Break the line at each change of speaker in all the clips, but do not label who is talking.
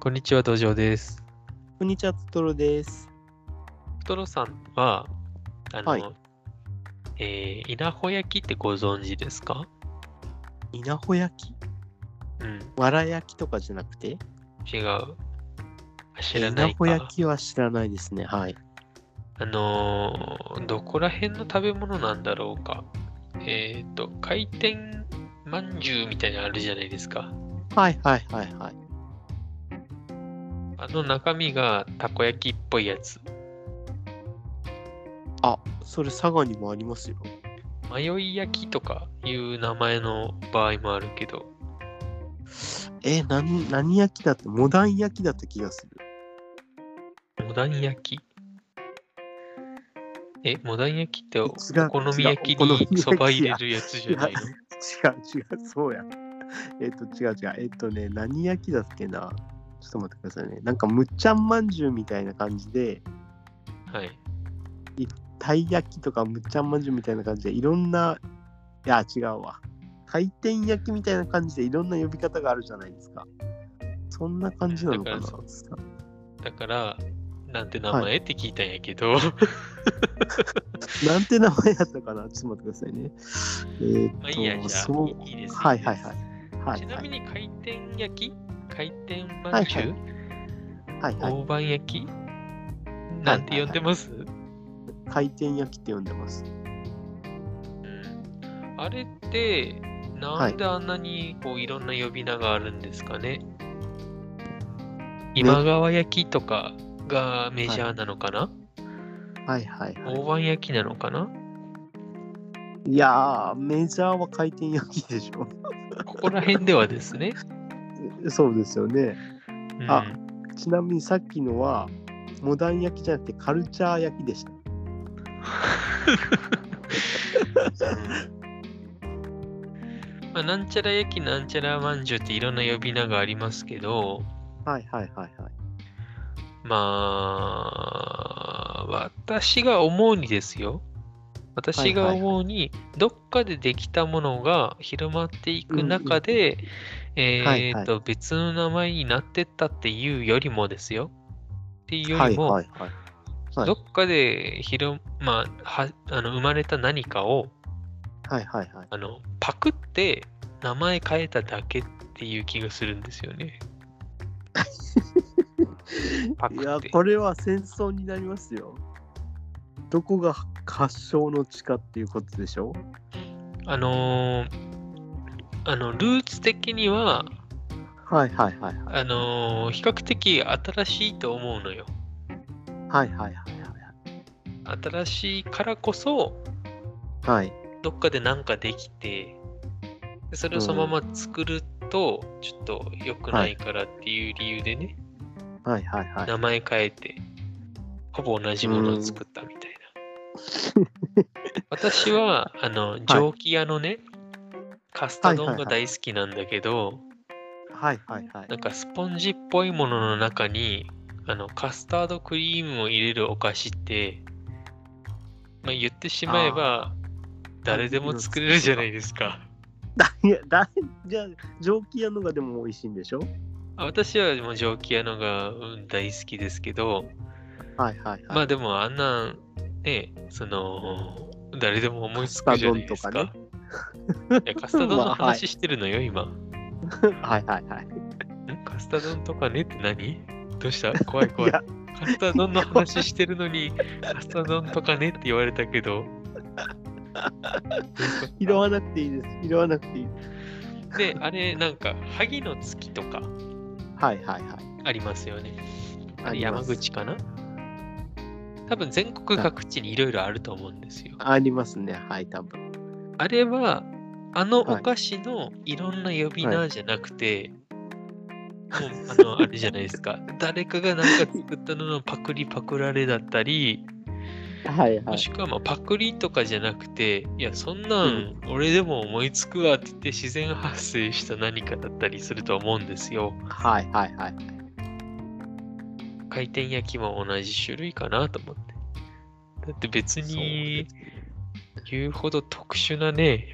こんにちは、道場です。
こんにちは、トトロです。
トロさんは、あの、
はい
えー、稲穂焼きってご存知ですか
稲穂焼き
うん、
わら焼きとかじゃなくて
違う。知らない
稲穂
か
焼。きは知らないですね。はい。
あのーどこら辺の食べ物なんだろうか。えっ、と、回転まんじゅうみたいなのあるじゃないですか。
はいはいはいはい。
あの中身がたこ焼きっぽいやつ。
あ、それ佐賀にもありますよ。
迷い焼きとかいう名前の場合もあるけど、
え、何、何焼きだって、モダン焼きだった気がする。
モダン焼きえ、モダン焼きってお
違う
好み焼き
違うお好み焼き
に
や
そば入れるやつじゃないの
違う違う、そうや。えっと、違う違う。えっとね、何焼きだっけな。ちょっと待ってくださいね。なんか、むっちゃんまんじゅうみたいな感じで、
はい。
たい焼きとかむっちゃんまんじゅうみたいな感じでいろんないや違うわ回転焼きみたいな感じでいろんな呼び方があるじゃないですかそんな感じなのか
だ
な
からだから、なんて名前、
は
って聞いたんやけど、
なんて名前やったかなちょっと待ってくださいねえーっ
ま
と
あいいや、じゃあ
そう、
いいです。
はいはい
い
はい
で
は
す。ち
い
な
は
み
い
に回転焼き回転まんじゅう、
はいはい
大判焼きなんて呼んでます、
回転焼きって呼んでます
うんあれって、なんであんなにこういろんな呼び名があるんですかね、今川焼きとかがメジャーなのかな、
はいはいは
大判焼きなのかない
いやーメジャーは回転焼きでしょ
ここら辺ではですね。
そうですよね
うん
あちなみにさっきのはモダン焼きじゃなくてカルチャー焼きでした
まあ、なんちゃら焼きなんちゃらまんじゅうっていろんな呼び名がありますけど、
はいはいはいはい
まあ、私が思うにですよ。私が思うに、どっかでできたものが広まっていく中で、
はい
えっと、別の名前になってったっていうよりもですよ。っていうよりも、
はいはいはい
どっかで広、まあ、はあの生まれた何かを
はいはいはいはい。
あのパクって名前変えただけっていう気がするんですよ ね。パ
い
ク
や
って。
これは戦争になりますよ。どこが発祥の地かっていうことでしょ
あのーあのルーツ的には
はいはいはいはい。
あのー比較的新しいと思うのよ。
はいはいはい
新しいからこそ
はい。はい。
どっかで何かできてでそれをそのまま作るとちょっと良くないからっていう理由でね、
はいはいはい。
名前変えてほぼ同じものを作ったみたいな。私はあの蒸気屋のね、カスタ丼が大好きなんだけど、
はいはいはい
な。んかスポンジっぽいものの中にあのカスタードクリームを入れるお菓子って、まあ、言ってしまえば誰でも作れるじゃないですか。
だいやだじゃあ蒸気屋のがでも美味しいんでしょ
あ私はもう蒸気屋のが、うん大好きですけど、
はいはいはい。
まあでもあんなんねその誰でも思いつくじゃないですか。
カスタ丼
いやカスタ丼の
まあはい
話してるのよ、今。
はいはいはい。
んカスタ丼とかねって何どうした怖い怖い。
いや
カスタ丼の話してるのに、カスタ丼とかねって言われたけど。
拾わなくていいです。拾わなくていいです。
で、あれ、なんか、萩の月とか
はいはいはい。
ありますよね。あ
あ
れ、
りま
山
す
口かな多分全国各地にいろいろあると思うんですよ。
ありますね。はい多分。
あれは、あの
はい
お菓子のいろんな呼び
は
名じゃなくて、もうあの、あれじゃないです か。誰かがなんか作ったののパクリパクられだったり、
はいは
も
い。
しくはまあパクリとかじゃなくて、いや、そんな
うん
俺でも思いつくわって言って自然発生した何かだったりすると思うんですよ。
はいはいはい。
回転焼きも同じ種類かなと思って。だって別に
そう
言うほど特殊な ね、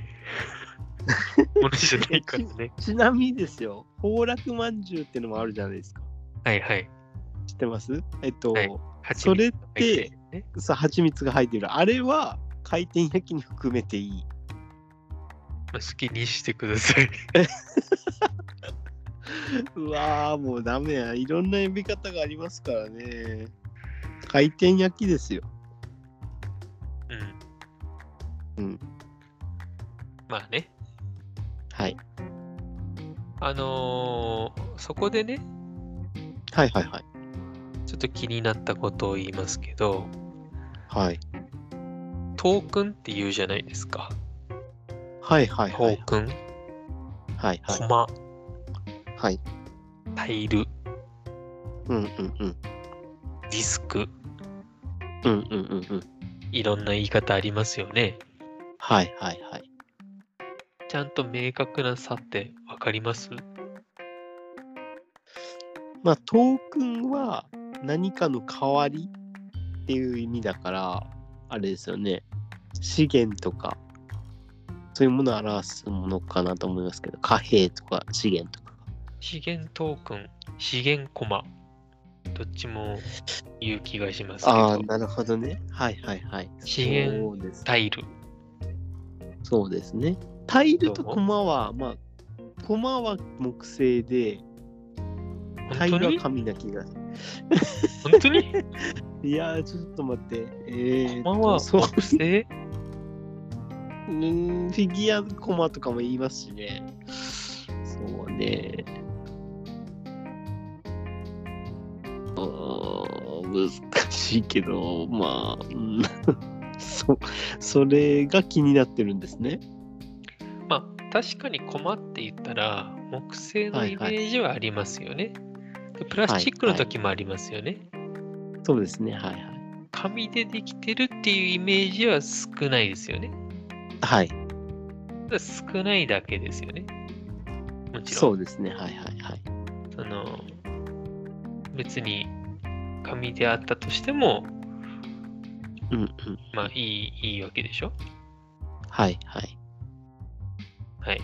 ものじゃないからね。
ちなみにですよ、崩落まんじゅうってのもあるじゃないですか。
はいはい。
知ってますえっと、
はい
それっ
蜂蜜が入る
て
ね、
さ蜂蜜が入ってるあれは回転焼きに含めていい
まあ好きにしてくださ い。
うわーもうダメやいろんな呼び方がありますからね回転焼きですよ
うん。
うん。
まあね。
はい
あのーそこでね、
はいはいはい
ちょっと気になったことを言いますけど、
はい
トークンって言うじゃないですか。
はいはい
ト
はい
ークン、
はい
コ
はい
マ、
はい
タイル、
うんうんうん
ディスク、
うんうんうんうん
いろんな言い方ありますよね。
はいはいはい
ちゃんと明確な差ってわかります
まあトークンは何かの代わりっていう意味だからあれですよね資源とかそういうものを表すものかなと思いますけど貨幣とか資源とか
資源トークン、資源コマ。どっちも言う気がしますけ
ああ
ど
ー、なるほどねはいはいはい
資源
そうです
タイル。
そうですねタイルと駒はまあ駒は木製でタイ
本当
ルは
に
紙な気がする
本当 に
いやーちょっと待ってえーっと、
コマは
そう
木製
うーんフィギュアコマとかも言いますしね。そうね。うーん難しいけど、まあ、うん そ、それが気になってるんですね。
まあ確かに駒って言ったら木製のイメージはありますよね。でプラスチックの時もありますよね。
そうですね、はいはい。
紙でできてるっていうイメージは少ないですよね。
はい、
ただ少ないだけですよね。もちろ
そ
ん、
うですね、はいはいはい。
その別に紙であったとしても、
うんうん、
まあいいいいわけでしょ。
はいはい。
はい。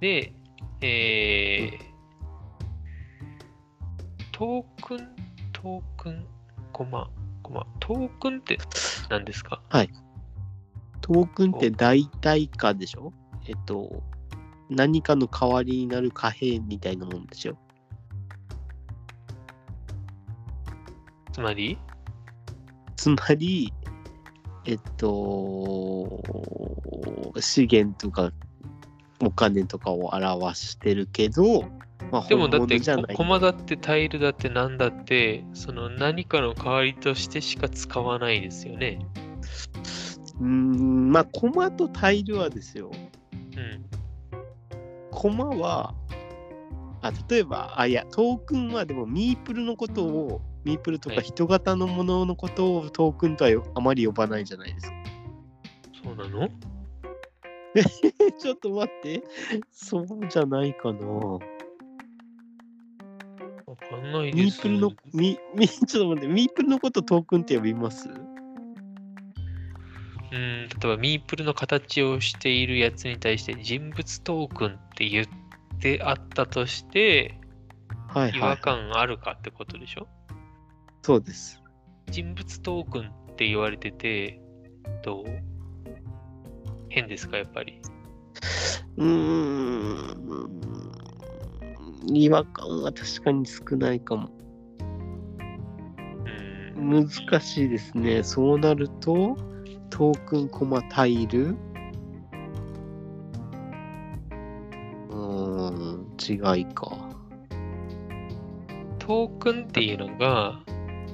で、えー、トークン、トークン、コマ、コマ、トークンって何ですか
トークンって代替化でしょえっと、何かの代わりになる貨幣みたいなもんですよ。
つまり、
つまり、えっと、資源とかお金とかを表してるけど、まあ、
でもだっ
本
て
物じゃ
コ
ない
コマだってタイルだって何だってその何かの代わりとしてしか使わないですよね。
うーん、まあ、コマとタイルはですよ。
うん。
コマは、あ例えば、あ、いや、トークンはでもミープルのことを、ミープルと
は
か
い
人型のもののことをトークンとはよあまり呼ばないじゃないですか。
そうなの
え、ちょっと待って。そうじゃないかな。
わかんないで
ミ
す。
ープルの、ミ、ミ、ちょっと待って、ミープ ルのことトークンって呼びます
うん、例えばミープルの形をしているやつに対して人物トークンって言ってあったとして
はい
違
は
和
い。
感あるかってことでしょ、
そうです。
人物トークンって言われててどう変ですかやっぱり。
うーん。違和感は確かに少ないかも。
うん。
難しいですね。そうなると、トークンコマタイル。うーん、違いか。
トークンっていうのが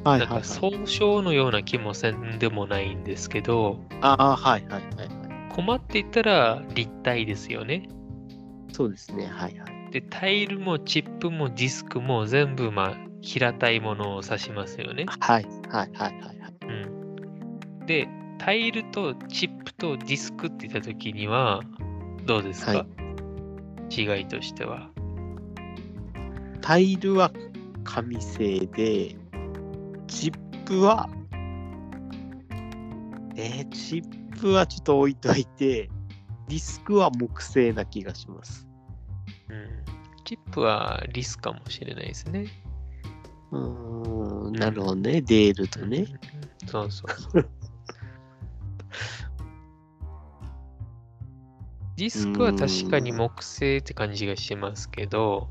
は
なん
いはい、は
か
い。
総称のような気もせんでもないんですけど、
ああ、はいはいはいは
駒って言ったら立体ですよね。
い。そうですね、はいはい。
で、タイルもチップもディスクも全部まあ平たいものを指しますよね。
はいはいはいはいはい。
うん、で、タイルとチップとディスクって言った時にはどうですか、
は
違いとしては。
タイルは紙製で、チップは、えーチップはちょっと置いといて、ディスクは木製な気がします。
うん、チップはリスかもしれないですね。
うーん、なるほどね。デールとね。
うん。そうそう そう。ディスクは確かに木製って感じがしますけど、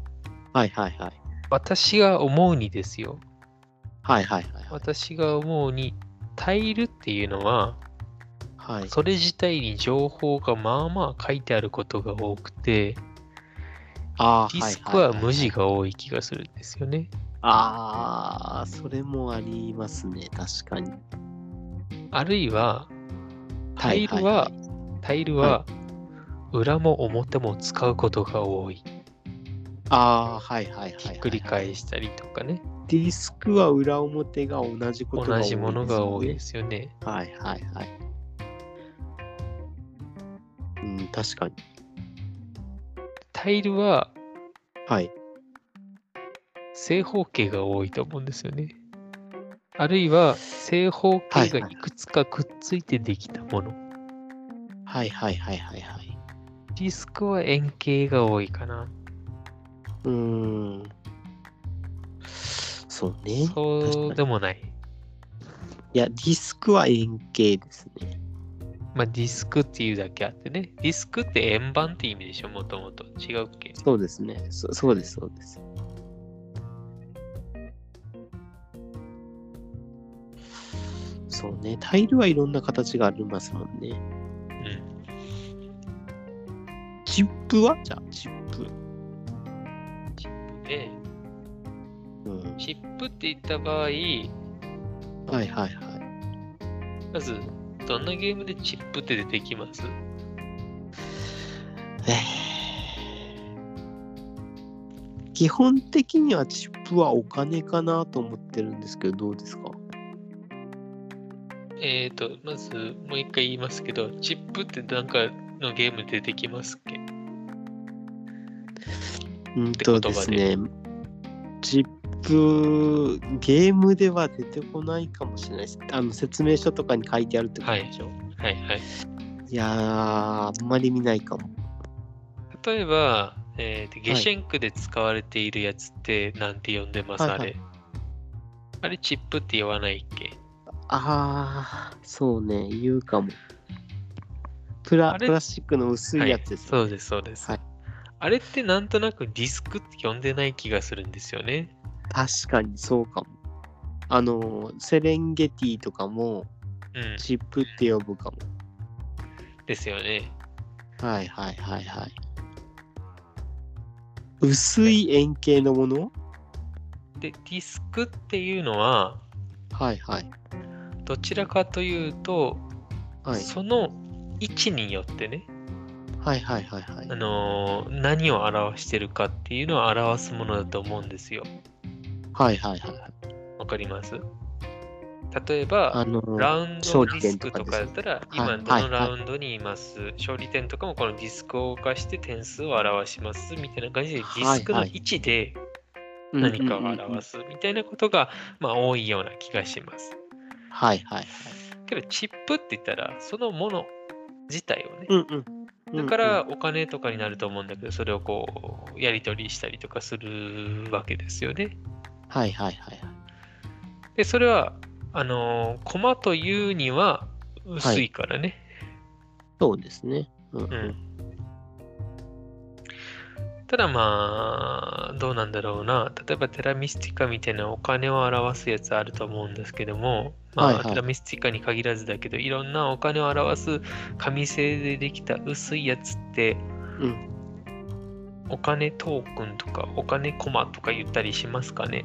はいはいはい。
私が思うにですよ。
はいはいはい。
私が思うに、タイルっていうのは、
はい。
それ自体に情報がまあまあ書いてあることが多くて、
あー
ディスクは無地
いいい
が多い気がするんですよね。
ああ、それもありますね。確かに。
あるいは、タイル
は、
はいタイルは、裏も表も使うことが多い。
ああ、はいはいはいはい。
ひっくり返したりとかね。
ディスクは裏表が同じこと
同
が多いです
じ
よね
ものが多いですよね。
はいはいはい。うん、確かに。
タイルは
はい。
正方形が多いと思うんですよね。あるいは正方形がいくつかくっついてできたもの。
はいはいはいはいはい。
ディスクは円形が多いかな。
うーん。そうね。
そうでもない。
いや、ディスクは円形ですね。
まあディスクっていうだけあってね。ディスクって円盤って意味でしょ、もともと。違うっけ
そうですね。そそうです、そうです。そうね。タイルはいろんな形がありますもんね。
うん。
チップはじゃあ、チップ。
チップで、
うん。
チップって言った場合、
はいはいはい。
まず、どんなゲームでチップって出てきます
基本的にはチップはお金かなと思ってるんですけどどうですか
えっ、ー、と、まず、もう一回言いますけど、チップってなんかのゲーム出てきますっけ
うんとですねチップゲームでは出てこないかもしれないですあの説明書とかに書いてあるってことでしょ、
はいはい。
い、やーあんまり見ないかも
例えば、えーとゲシェンクで使われているやつってなんて呼んでます、
はいはい
あれ。あれチップって言わないっけ
ああそうね言うかもプラ
あれ
プラスチックの薄いやつです、
はい、そうですそうです、
はい
あれってなんとなくディスクって呼んでない気がするんですよね。
確かにそうかもあのセレンゲティとかも
うん。
チップって呼ぶかも
ですよね。
はいはいはいはい。薄い円形のもの
で、ディスクっていうのは、
はいはい。
どちらかというと、
はい
その位置によってね、
はいはいはいはい
あ。のー何を表してるかっていうのを表すものだと思うんですよ。
はいはいはいはい。
わかります例えば、
あのー、
ラウンド
勝
ディ
利
ス
点
ク
と
と
か
かだ
で
ったら、
すねはい
今ど
はい
の
はい
ラウンドにいます、勝利点とかもこのディスクを動かして点数を表しますみたいな感じで、ディスクの
はいはい
位置で
うんうんうん
何かを表すみたいなことが、まあ、多いような気がします。
はいはいはい。
けど、チップって言ったら、そのもの自体をね、
うんうん。うんう
だ
ん
から、お金とかになると思うんだけど、それをこう、やり取りしたりとかするわけですよね。
はいはいはいはい。
で、それは、あのー、駒というには薄いからね。
そうですね。うんうん
うんただまあ、どうなんだろうな。例えばテラミスティカみたいなお金を表すやつあると思うんですけども、まあ、
はいはい
テラミスティカに限らずだけど、いろんなお金を表す紙製でできた薄いやつって、
うん
お金トークンとかお金コマとか言ったりしますかね。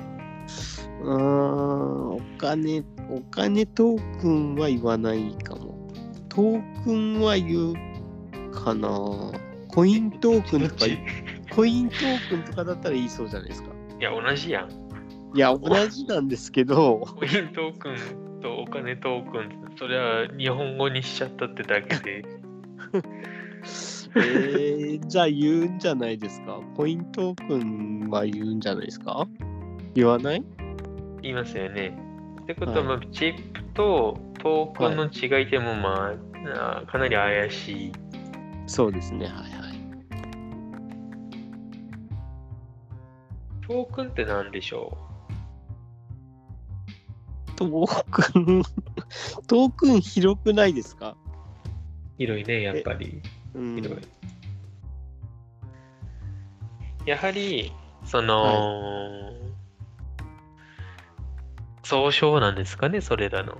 うーん。お金、お金トークンは言わないかも。トークンは言うかな。コイントーク ンとか言う、
い
コイントークンとかだったら言いそうじゃないですか。
や、同じやん。
いや、同じなんですけど。
コイントークンとお金トークンって、それは日本語にしちゃったってだけで。
えー、じゃあ言うんじゃないですかポイントークンは言うんじゃないですか言わない
言いますよね。ってことは、
はい
まあチップとトークンの違いでも、まあ、あーかなり怪しい。
そうですね、はいはい。
教訓って何でしょ
トークン、トークン広くないですか
う広いね、やっぱり。
うん。
広い。やはり、その、総称なんですかね、それらの。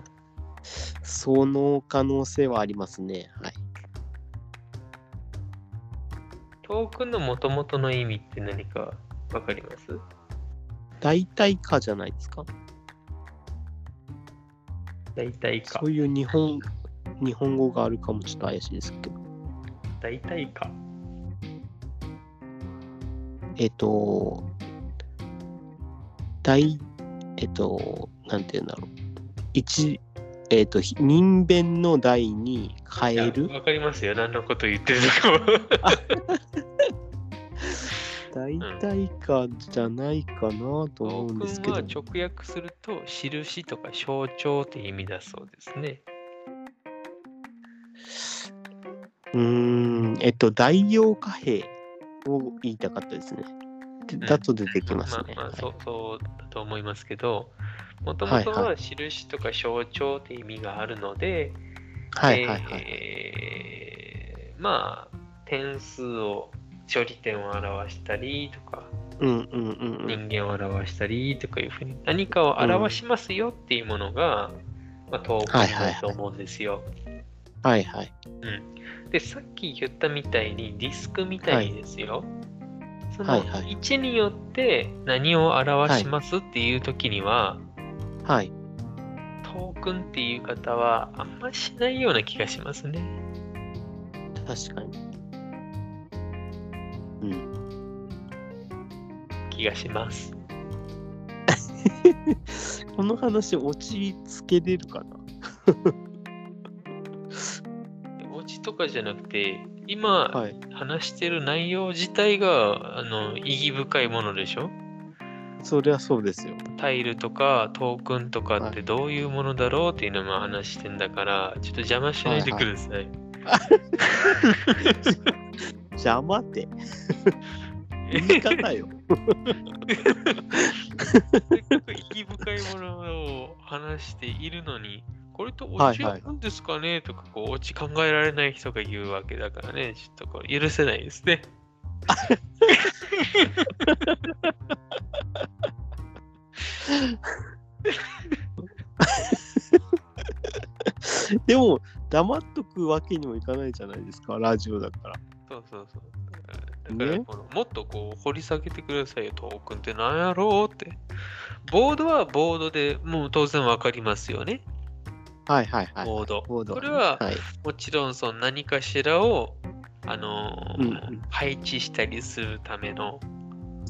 その可能性はありますね。はい。
トークンの元々の意味って何かわかります
大体かじゃないですか。
大体か
そ。ういう日本、日本語があるかもちょっと怪しいですけど。
大体か。
えっと、大、えっと、なんて言うんだろう。一、えっと、ひ人弁の代に変え
い
る。
やわかりますよ、何のこと言ってるのかも。
大体かじゃないかなと思
ト
うんで
ー
すけ
クン
ど。
は直訳すると、印とか象徴って意味だそうですね。
うーん、えっと、代用貨幣を言いたかったですね。でだと出てきますね。
まあまあ、そ
は
うそうだと思いますけど、もとも
はい
と
は
は印とか象徴って意味があるので、
いはいはいはい。
えーまあ、点数を、処理点を表したりとか、
うんうんうんうん。
人間を表したりとかいうふうに、何かを表しますよっていうものが、まあ、トークン
はいはいはい
だと思うんですよ。
はいはい。
で、さっき言ったみたいにディスクみたいにですよ。そ
は
の
いはい
位置によって何を表しますっていう時には、
はい。
トークンっていう方はあんましないような気がしますね。
確かに。うん。
気がします。
この話、落ち着けれるかな
オチとかじゃなくて、今、
はい。
話してる内容自体があの意義深いものでしょ
そりゃそうですよ。
タイルとかトークンとかっ
は
てどういうものだろうっていうのも話してんだから、ちょっと邪魔しないでください。
邪魔って。 言い方よ。
せっかく意義深いものを話しているのに、これとオチは何ですかねとか、こう、オチ考えられない人が言うわけだからね、ちょっとこれ許せないですね。
でも、黙っとくわけにもいかないじゃないですか、ラジオだから。
そうそうそう。だから
ね
この、もっとこう掘り下げてくださいよ、トークンって何やろうって。ボードはボードでもう当然わかりますよね、
はいはいはい。
ボード。
ボード
これは、
はい、
もちろんその何かしらを、あのー
うんうん
配置したりするための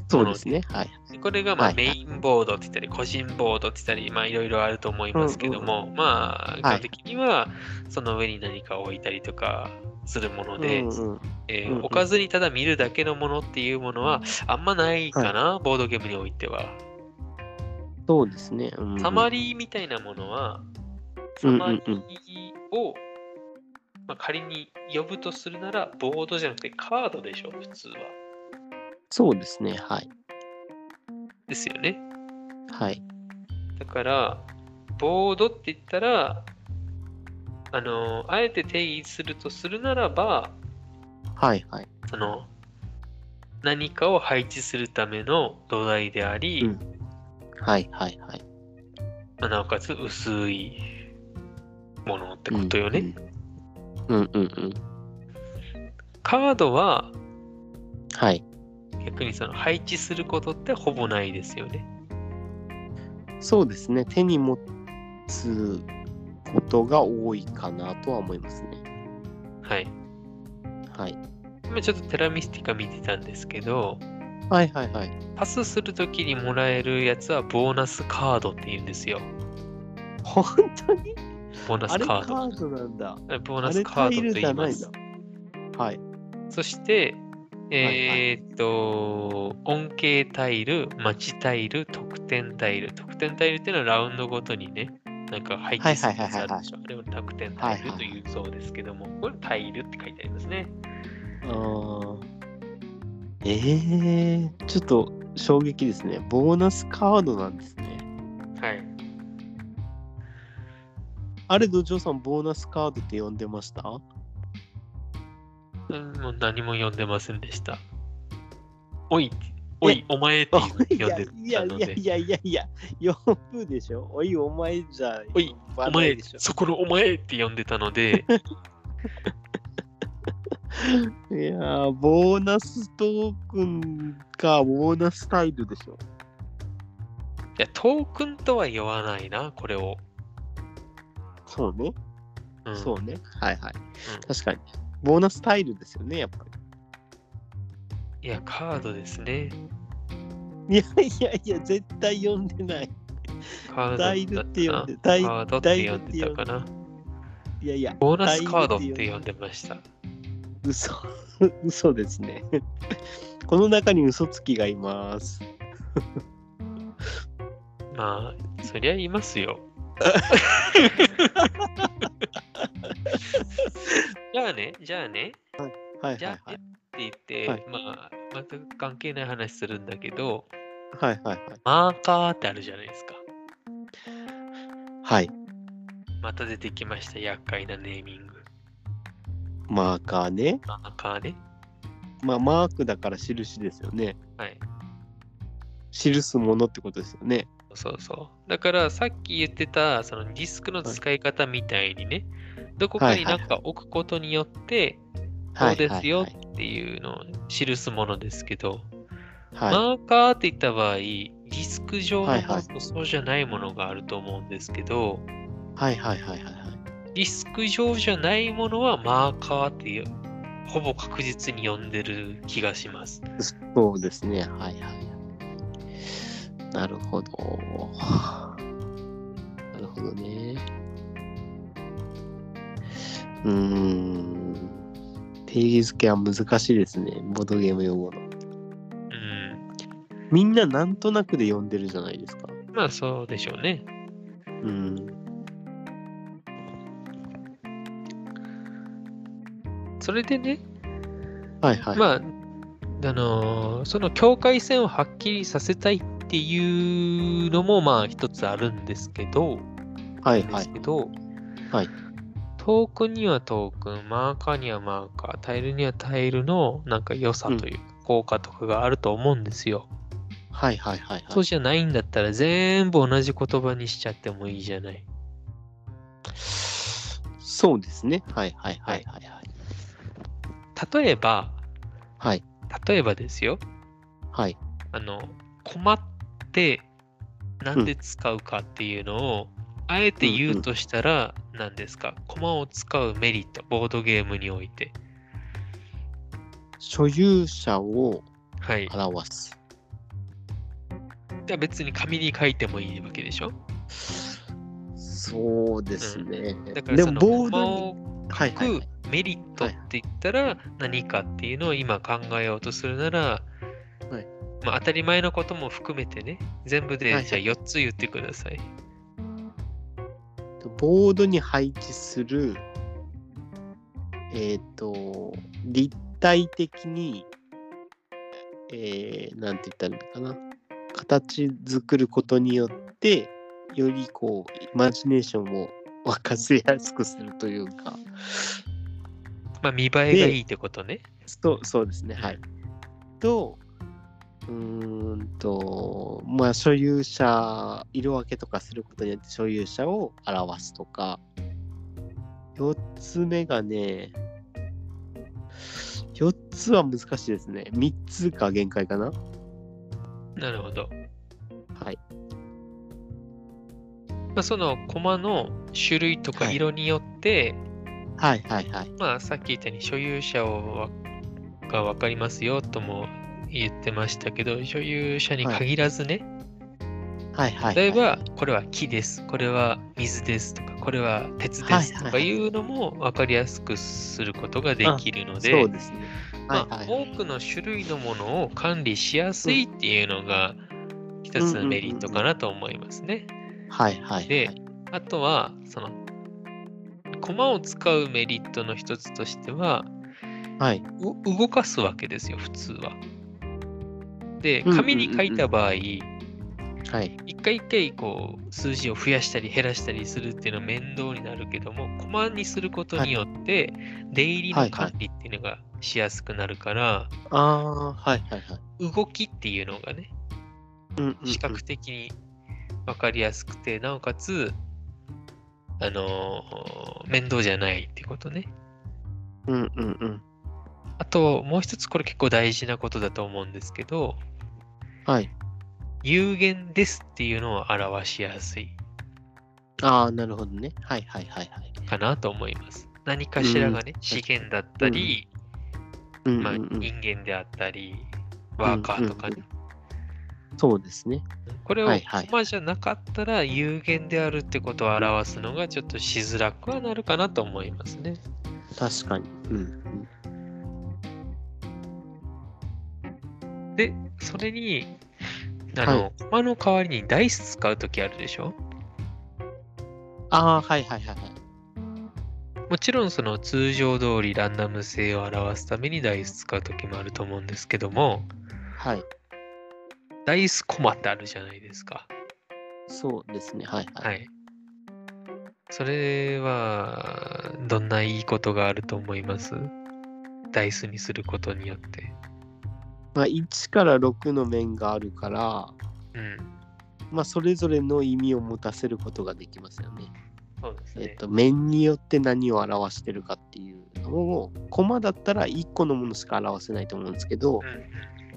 そうですね。はい。
でこれがまあ
はい
メインボードって言ったり、個人ボードって言ったり、まあいろいろあると思いますけども、まあ、基
はい
本的にはその上に何かを置いたりとかするもので、
うんうん、
えー
うんうん
置かずにただ見るだけのものっていうものはあんまないかな、ボードゲームにおいては。
そうですね。うんうん
サマリーみたいなものは、サ
うんうん
マ
う
リ
ん
ーを、まあ、仮に呼ぶとするなら、ボードじゃなくてカードでしょ、普通は。
そうですね。はい。
ですよね。
はい。
だから、ボードって言ったら、あの、あえて定義するとするならば、
はいはい。
その、何かを配置するための土台であり、
うんはいはいはい。
まあなおかつ薄いものってことよね。
うんうん。うんうんうん。
カードは
はい。
逆にその配置することってほぼないですよね。
そうですね。手に持つことが多いかなとは思いますね。
はい。
はい。
今ちょっとテラミスティカ見てたんですけど、
はいはいはい。
パスするときにもらえるやつはボーナスカードって言うんですよ。
本当に
ボーナ
あ
ス
れ
カ
カ
ード。
ードなんだ。
ボー
あ
ナ
れ
スカ
タイ
ード
ル
と
じ
言
ゃ
い
な
ま
いん
す
だ。。はい。
そして、
いはい
えーっと、音形タイル、マチタイル、得点タイル。得点タイルっていうのはラウンドごとにね、なんか配置するやつあるでしょ。あれを得点タイルというそうですけども、これタイルって書いてありますね。
あーえー、ちょっと衝撃ですね。ボーナスカードなんですね。
はい。
あれ、ドジョーさん、ボーナスカードって呼んでました
うんもう何も読んでませんでした。おい、おい、お前って呼ん
い
で
やいや
たの
いや
で
い、やいやいや、呼ぶでしょ。おい、お前じゃ、
おい、
呼ば
お
な
前
でし、ょ。
そこのお前って呼んでたの で、
いやー、ボーナストークンか、ボーナスタイルでしょ。
いや、トークンとは言わないな、これを。
そうね、
うん、
そうね。はいはい、
ん
確かに。ボーナスタイルですよね、やっぱ
いや、カードですね。
り。いやいやいや、絶対呼んでない。
カードだ
タイルって呼んで、
った
タイ
なカードって呼んでたかな。
いやいや、
ボーナスカードっ
タイルって
て
呼
呼
ん
ん
で
でました。
嘘、 嘘ですね。 この中に嘘つきがいます。
まあ、そりゃいます よ。じゃあね、じゃあね、
はいはい
じ
は
ゃあね
い
っ。て言って、
はい
まあ、全く関係ない話するんだけど、
はいはいはい。
マーカーってあるじゃないですか。
はい。
また出てきました、厄介なネーミング。
マーカーね。
マーカーね。
まあ、マークだから印ですよね。
はい。
記すものってことですよね。
そうそう。だからさっき言ってたそのディスクの使い方みたいにね、どこかになんか置くことによって、こうですよ
はい
っていうのを記すものですけど、
はいはい。はい
マーカーって言った場合、ディスク上の
はい
も
はい
のとそうじゃないものがあると思うんですけど、
はいはいはいはいはい。
ディスク上じゃないものはマーカーっていう、ほぼ確実に呼んでる気がします。
そうですね。はいはい。なるほど。なるほどね。うーん。定義づけは難しいですね。ボードゲーム用語の。
うん。
みんななんとなくで読んでるじゃないですか。
まあそうでしょうね。
うん。
それでね、
はいはい。
まあ、あのーその境界線をはっきりさせたいっていうのもまあ一つあるんですけど、
はい
で
はい
す。けど、
はい
トークンにはトークン、マーカーにはマーカー、タイルにはタイルのなんか良さというか効果とかがあると思うんですよ。
はいはいはいはい。
そうじゃないんだったら全部同じ言葉にしちゃってもいいじゃない。
そうですね。はいはいはいはいはい。
例えば、
はい
例えばですよ、
はい。
あの困ってなんで使うかっていうのを、あえて言うとしたら何ですか、駒を使うメリットボードゲームにおいて
所有者を
はいい
表す。
や別に紙に書いてもいいわけでしょ
そうですね。
だからその駒
に
を
はい
書
はいはい
くメリットって言ったら何かっていうのを今考えようとするなら、
はい
まあ、当たり前のことも含めてね全部で
はいはい
じゃあ4つ言ってください、
ボードに配置する、えっ、と、立体的に、えー、なんて言ったらいいのかな、形作ることによって、よりこう、イマジネーションを沸かせやすくするというか、
まあ、見栄えがいいってことね
そうそうですね、はい。と、うーんと、まあ、所有者、色分けとかすることによって所有者を表すとか、4つ目がね、4つは難しいですね。3つが限界かな。
なるほど
はい。
まあ、その駒の種類とか
はい
色によって、
はいはいはい。
まあさっき言ったように所有者をわが分かりますよとも言ってましたけど所有者に限らずね、
はいはい、はい。
例えばこれは木ですこれは水ですとかこれは鉄
は
で
い
す
はい
とかいうのも分かりやすくすることができるので,、
そうですね。は
ま
い
あ
はい、はい。
多くの種類のものを管理しやすいっていうのが一つのメリットかなと思いますね。
はいはいは
で
い。
あとはその駒を使うメリットの一つとしては
はい。
う動かすわけですよ普通は。で、紙に書いた場合、
はい。
一回一回こう数字を増やしたり減らしたりするっていうのは面倒になるけども、コマにすることによって、出入りの管理っていうのがしやすくなるから、
ああ、はいはいはい。
動きっていうのがね、
うんうんうん
視覚的に分かりやすくて、なおかつ、あのー面倒じゃないっていうことね。
うんうんうん。
あと、もう一つこれ結構大事なことだと思うんですけど、
はい。
有限ですっていうのを表しやすい
ああ、なるほどね。はいはいはいはい。
かなと思います。何かしらがね、資源だったり、
うんうん
まあ、
うん
人間であったり、ワーカーとかね。
そうですね。
これを
は
コ
いはい
マじゃなかったら有限であるってことを表すのがちょっとしづらくはなるかなと思いますね。
確かに。うん。
で、それに、あの、
は
コマの代わりにダイス使うときあるでしょ
ああ、はいはいはいはい。
もちろんその通常通りランダム性を表すためにダイス使うときもあると思うんですけども、
はい。
ダイスコマってあるじゃないですか。
そうですね。はいはい。
はい。それは、どんないいことがあると思いますダイスにすることによって。
まあ、1から6の面があるから、
うん。
まあ、それぞれの意味を持たせることができますよね。
そうです
えっと、面によって何を表してるかっていうのを、コマだったら1個のものしか表せないと思うんですけど、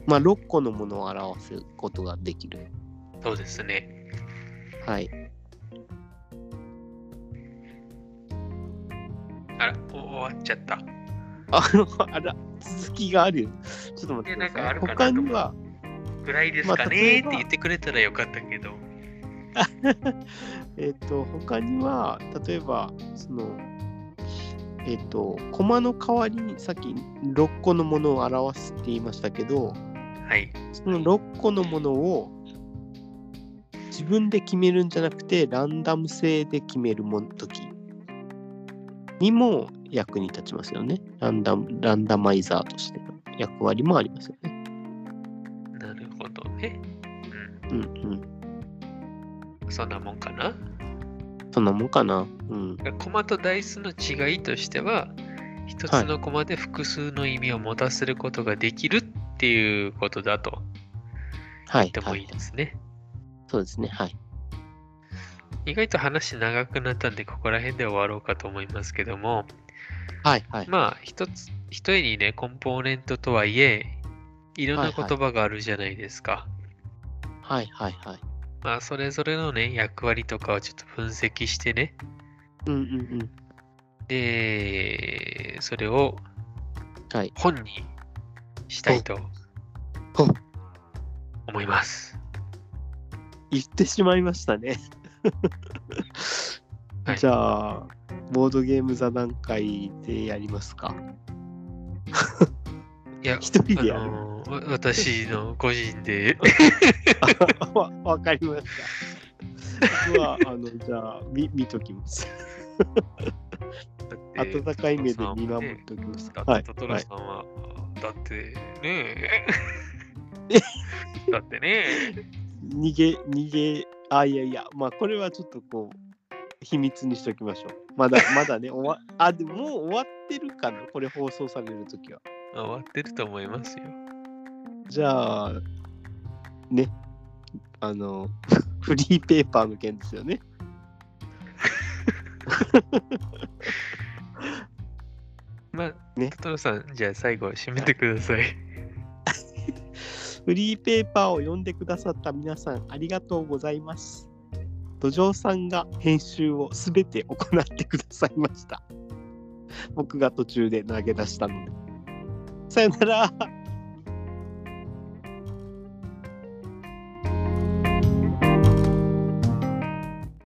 まあ、6個のものを表すことができる。
うん、そうですね。
はい。
あら、お終わっちゃった。
あの、あら、続きがあるよ。ちょっと待って
いや
ください。
なんかあるか
他
なと思う
には、
ぐらいです
まあ
かね
例え
ーっ
ば
て言ってくれたらよかったけど。
えっ、と、他には、例えば、その、えっ、と、コマの代わりに、さっき6個のものを表すって言いましたけど、
はい。
その6個のものを自分で決めるんじゃなくて、ランダム性で決めるもん時にも役に立ちますよね。ランダム、ランダマイザーとしての役割もありますよね。
なるほどね。う
うんうん。
ん。そんなもんかな。
そんなもんかな。うん。
コマとダイスの違いとしては、一
は
つ
い
のコマで複数の意味を持たせることができるっていうことだと
は
言
い。
っても
はい
い
い
ですね。
そうですね。はい。
意外と話長くなったんで、ここら辺で終わろうかと思いますけども、
はい。はい。
まあ、一つ、一重にね、コンポーネントとはいえ、いろんな
はいはい
言葉があるじゃないですか。
はい。はい。はい。
まあ、それぞれのね、役割とかをちょっと分析してね、
うんうんうん。
で、それを
はい。
本にしたいと
ほうほう
思います。
言ってしまいましたね。
はい
じゃあ、ボードゲーム座談会でやりますか。
いや、
一人
あ
でやる。
のーわ私の個人で
わわかりました。僕は、あの、じゃあ、み見ときます。温かい目で見守っておきます。
だ
は
っ
い
て。トト
は
ラ
い
さんは、だってねえ だってね
逃げ、逃げ、あ、いやいや、まあ、これはちょっとこう、秘密にしておきましょう。まだ、まだね、終わ、あ、でも、もう終わってるかな、これ放送されるときは。
終わってると思いますよ
じゃあ、ね、あの、 フリーペーパーの件ですよね。
まあ、
ね
トトロさんじゃあ最後締めてください
フリーペーパーを読んでくださった皆さんありがとうございます。土壌さんが編集をすべて行ってくださいました。僕が途中で投げ出したので。さよなら。